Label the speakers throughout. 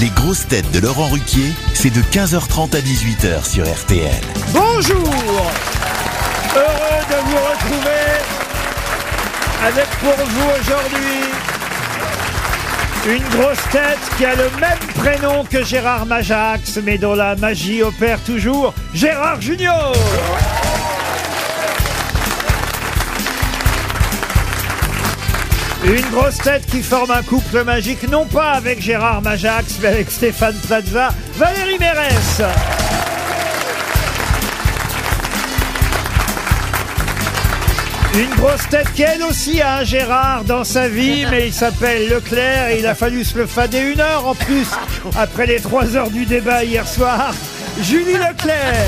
Speaker 1: Les grosses têtes de Laurent Ruquier, c'est de 15h30 à 18h sur RTL.
Speaker 2: Bonjour Heureux de vous retrouver avec pour vous aujourd'hui une grosse tête qui a le même prénom que Gérard Majax, mais dont la magie opère toujours, Gérard Junior Une grosse tête qui forme un couple magique, non pas avec Gérard Majax, mais avec Stéphane Plaza, Valérie Mérès. Une grosse tête qui elle aussi a un Gérard dans sa vie, mais il s'appelle Leclerc et il a fallu se le fader une heure en plus après les trois heures du débat hier soir. Julie Leclerc.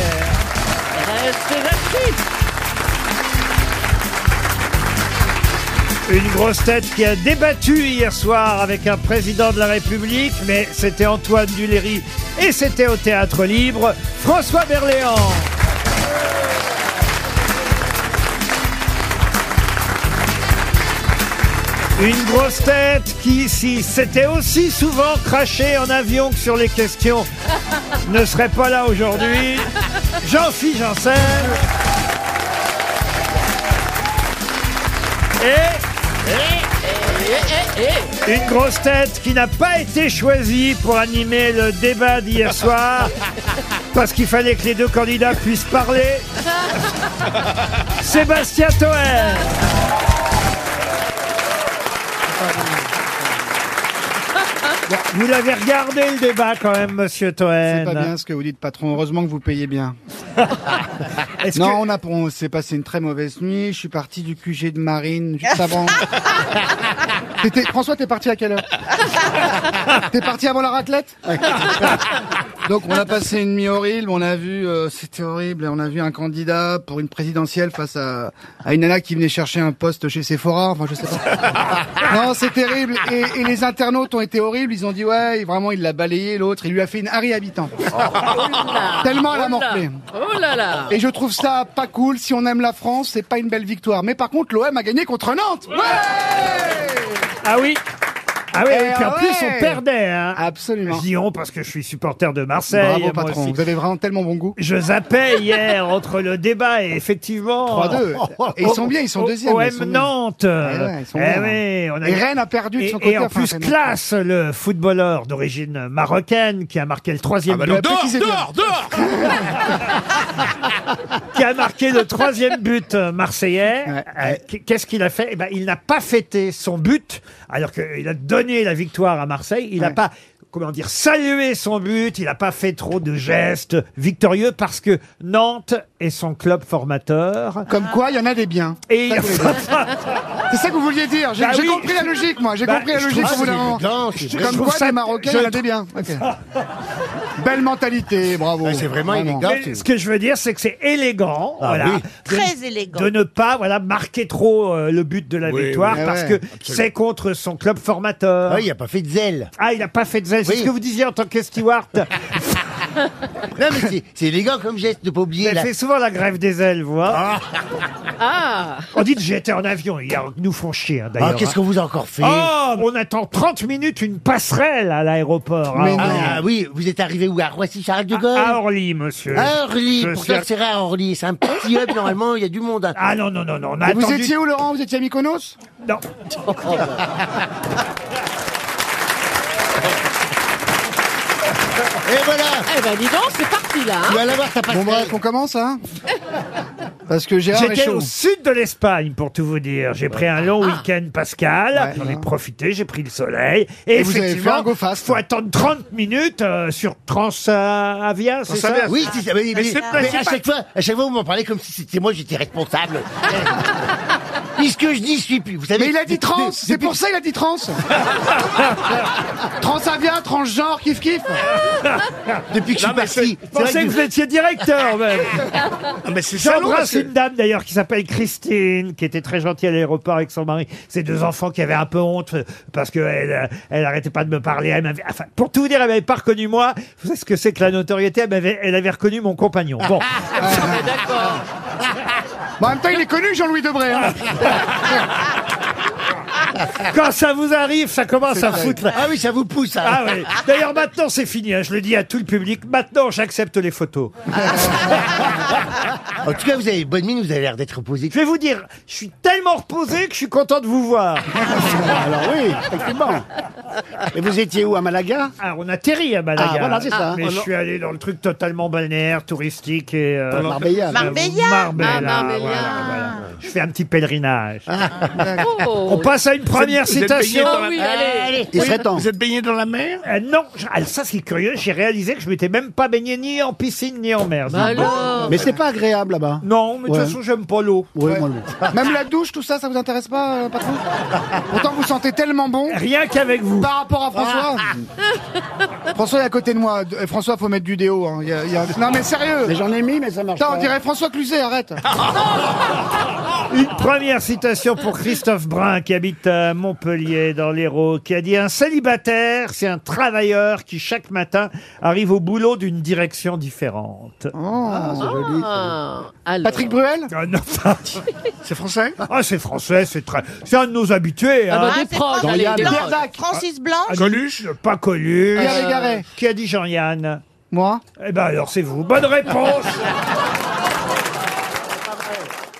Speaker 2: Une grosse tête qui a débattu hier soir avec un président de la République, mais c'était Antoine Duléry et c'était au Théâtre Libre, François Berléand. Une grosse tête qui, si c'était aussi souvent craché en avion que sur les questions, ne serait pas là aujourd'hui. Jean-Philippe Janssen. Et Une grosse tête qui n'a pas été choisie pour animer le débat d'hier soir, parce qu'il fallait que les deux candidats puissent parler. Sébastien Toer. Vous l'avez regardé le débat quand même, monsieur Toen.
Speaker 3: C'est pas bien ce que vous dites, patron. Heureusement que vous payez bien.
Speaker 2: Est-ce
Speaker 3: non,
Speaker 2: que-
Speaker 3: on, a, on s'est passé une très mauvaise nuit. Je suis parti du QG de Marine juste avant. T'étais- François, t'es parti à quelle heure T'es parti avant la raclette Ouais. Donc on a passé une nuit horrible. On a vu, euh, c'était horrible. On a vu un candidat pour une présidentielle face à, à une nana qui venait chercher un poste chez Sephora. Enfin, je sais pas. Non, c'est terrible. Et, et les internautes ont été horribles. Ils ont dit ouais, vraiment, il l'a balayé. L'autre, il lui a fait une Harry habitant. Tellement à la morflée.
Speaker 4: Oh là là
Speaker 3: Et je trouve ça pas cool. Si on aime la France, c'est pas une belle victoire. Mais par contre, l'OM a gagné contre Nantes. Ouais
Speaker 2: Ah oui Ah oui,
Speaker 3: Eh
Speaker 2: et puis en
Speaker 3: ouais.
Speaker 2: plus on perdait. Hein.
Speaker 3: Absolument.
Speaker 2: Je dis on parce que je suis supporter de Marseille.
Speaker 3: Bravo
Speaker 2: moi
Speaker 3: patron,
Speaker 2: aussi.
Speaker 3: vous avez vraiment tellement bon goût.
Speaker 2: Je zappais hier entre le débat et effectivement.
Speaker 3: 3-2.
Speaker 2: oh,
Speaker 3: Et ils sont bien, ils sont
Speaker 2: O-
Speaker 3: deuxièmes. ils sont
Speaker 2: OM
Speaker 3: bien. Eh
Speaker 2: Nantes. Eh
Speaker 3: ouais, ils sont bien. hein.
Speaker 2: oui, on a
Speaker 3: Et Rennes a perdu de
Speaker 2: Et,
Speaker 3: son
Speaker 2: et
Speaker 3: côté.
Speaker 2: en
Speaker 3: enfin,
Speaker 2: plus,
Speaker 3: Rennes.
Speaker 2: classe le footballeur d'origine marocaine qui a marqué le troisième but,
Speaker 3: Ah bah non, dehors, dehors,
Speaker 2: qui a marqué le troisième but euh, marseillais.
Speaker 3: Ouais.
Speaker 2: Euh, qu- Qu'est-ce qu'il a fait Eh ben, il n'a pas fêté son but alors qu'il a donné la victoire à Marseille. Il n'a
Speaker 3: Ouais.
Speaker 2: pas comment dire salué son but. Il n'a pas fait trop de gestes victorieux parce que Nantes est son club formateur.
Speaker 3: Comme quoi, il y en a des biens.
Speaker 2: Et
Speaker 3: Ça, vous les C'est ça que vous vouliez dire. J'ai
Speaker 2: Bah
Speaker 3: j'ai
Speaker 2: oui.
Speaker 3: compris la logique, moi. J'ai
Speaker 2: Bah,
Speaker 3: compris la
Speaker 2: je
Speaker 3: logique
Speaker 2: trouve
Speaker 3: au bout d'un
Speaker 2: ça-
Speaker 3: moment. Comme
Speaker 2: trouve
Speaker 3: quoi,
Speaker 2: ça-
Speaker 3: les Marocains,
Speaker 2: je
Speaker 3: il y en a des biens. Ok. Belle mentalité, bravo.
Speaker 5: c'est vraiment élégant.
Speaker 2: Mais ce que je veux dire, c'est que c'est élégant,
Speaker 5: Ah
Speaker 2: voilà,
Speaker 5: oui.
Speaker 2: de-
Speaker 4: Très élégant.
Speaker 2: de ne pas voilà marquer trop euh, le but de la
Speaker 5: Oui,
Speaker 2: victoire
Speaker 3: oui.
Speaker 2: parce
Speaker 3: Ah
Speaker 2: que
Speaker 3: ouais,
Speaker 2: c'est contre son club formateur.
Speaker 5: Ah, il a pas fait de zèle.
Speaker 2: Ah, il n'a pas fait de zèle. C'est
Speaker 5: Oui.
Speaker 2: ce que vous disiez en tant que steward.
Speaker 5: Non, mais c'est- c'est élégant comme geste de pas oublier.
Speaker 2: Elle
Speaker 5: la-
Speaker 2: fait souvent la grève des ailes, vous voyez.
Speaker 4: Ah
Speaker 2: On dit que j'étais en avion. Ils nous font chier, hein, d'ailleurs.
Speaker 5: Ah, qu'est-ce qu'on vous a encore fait
Speaker 2: Oh, on attend 30 minutes une passerelle à l'aéroport. hein.
Speaker 3: Mais non.
Speaker 5: Ah oui, vous êtes arrivé où À Roissy, Charles de Gaulle
Speaker 2: À Orly, monsieur.
Speaker 5: À Orly,
Speaker 2: Ah, Je
Speaker 5: pourquoi
Speaker 2: suis-
Speaker 5: c'est rare Orly C'est un petit hub, normalement, il y a du monde. hein.
Speaker 2: Ah non, non, non, non. On a
Speaker 3: Et vous
Speaker 2: attendu-
Speaker 3: étiez où, Laurent Vous étiez à Mykonos
Speaker 2: Non. Ah.
Speaker 5: Et voilà
Speaker 4: Eh ben dis donc, c'est parti là
Speaker 5: Tu
Speaker 4: hein.
Speaker 5: vas l'avoir, ta
Speaker 3: Bon,
Speaker 5: passerelle.
Speaker 3: bref, on commence, hein Parce que Gérard est
Speaker 2: J'étais
Speaker 3: chaud.
Speaker 2: au sud de l'Espagne, pour tout vous dire. J'ai pris un long week-end pascal,
Speaker 3: Ouais.
Speaker 2: j'en ai profité, j'ai pris le soleil. Et,
Speaker 3: Et vous avez
Speaker 2: effectivement,
Speaker 3: fait un go fast.
Speaker 2: faut attendre 30 minutes euh, sur Transavia, c'est ça
Speaker 5: Oui, c'est ça. Mais, mais-
Speaker 2: c'est le
Speaker 5: mais
Speaker 2: principal.
Speaker 5: à, chaque fois, à chaque fois, vous m'en parlez comme si c'était moi, j'étais responsable. Puisque je dis, je suis plus. Vous savez,
Speaker 3: Mais il a dit
Speaker 5: depuis-
Speaker 3: trans C'est pour ça qu'il a dit trans Transavia, transgenre, kiff kiff
Speaker 5: Depuis que Ah, je suis parti.
Speaker 2: Je pensais que vous étiez directeur, même. J'embrasse une dame d'ailleurs qui s'appelle Christine, qui était très gentille à l'aéroport avec son mari, ses deux enfants qui avaient un peu honte euh, parce qu'elle euh, elle arrêtait pas de me parler. Elle m'avait- enfin, pour tout vous dire, elle m'avait pas reconnu moi. Vous savez ce que c'est que la notoriété elle, m'avait- elle avait reconnu mon compagnon. Bon,
Speaker 3: Bon, en même temps, il est connu, Jean-Louis Debré. hein.
Speaker 2: Quand ça vous arrive, ça commence à
Speaker 5: dingue.
Speaker 2: foutre. la-
Speaker 5: Ah oui, ça vous pousse. hein.
Speaker 2: Ah oui. D'ailleurs, maintenant, c'est fini. hein. Je le dis à tout le public. Maintenant, j'accepte les photos.
Speaker 5: En tout cas, vous avez bonne mine, vous avez l'air d'être posé.
Speaker 2: Je vais vous dire, je suis tellement reposé que je suis content de vous voir.
Speaker 3: Alors oui, effectivement. Et vous étiez où à Malaga
Speaker 2: Ah, on atterrit à Malaga.
Speaker 3: Ah, voilà, c'est ça.
Speaker 2: Mais
Speaker 3: Ah,
Speaker 2: je suis allé dans le truc totalement balnéaire, touristique et. euh,
Speaker 3: Marbella.
Speaker 2: euh,
Speaker 6: Marbella.
Speaker 2: Marbella,
Speaker 4: Ah, Marbella.
Speaker 2: voilà, voilà. Je fais un petit pèlerinage. On
Speaker 4: Oh.
Speaker 2: passe à une première
Speaker 7: vous êtes
Speaker 2: citation.
Speaker 7: baigné
Speaker 4: Ah oui, allez.
Speaker 3: Il serait
Speaker 5: Então.
Speaker 3: temps.
Speaker 7: Vous êtes baigné dans la mer
Speaker 2: Euh, non, je- ah, ça c'est curieux, j'ai réalisé que je m'étais même pas baigné ni en piscine ni en mer.
Speaker 4: Bah alors.
Speaker 3: Mais c'est pas agréable là-bas.
Speaker 2: Non, mais de
Speaker 3: Ouais.
Speaker 2: toute façon, j'aime pas l'eau.
Speaker 3: Ouais, moi, le- Même la douche, tout ça, ça vous intéresse pas, euh, patron Pourtant, vous sentez tellement bon.
Speaker 2: Rien qu'avec vous.
Speaker 3: Par rapport à François François est à côté de moi. D- euh, François, faut mettre du déo. hein. Il y a- il y a- Non mais sérieux Mais j'en ai mis, mais ça marche pas. On dirait François Cluzet, arrête
Speaker 2: Une première citation pour Christophe Brun qui habite à Montpellier dans l'Hérault qui a dit un célibataire c'est un travailleur qui chaque matin arrive au boulot d'une direction différente.
Speaker 3: Oh.
Speaker 4: Ah, alors.
Speaker 3: Patrick Bruel
Speaker 2: Ah non,
Speaker 3: C'est français
Speaker 2: ah, c'est français, c'est très- c'est un de nos habitués.
Speaker 4: Ah
Speaker 2: hein. Ah,
Speaker 4: bah,
Speaker 6: Ah,
Speaker 4: des
Speaker 6: c'est
Speaker 4: proches,
Speaker 6: Francis
Speaker 4: allez, des
Speaker 6: Blanche.
Speaker 4: proches.
Speaker 6: Francis Blanche.
Speaker 7: Coluche
Speaker 2: Pas connu.
Speaker 3: Pierre Légaré.
Speaker 2: Qui a dit Jean-Yann
Speaker 3: Moi
Speaker 2: Eh ben alors c'est vous. Bonne réponse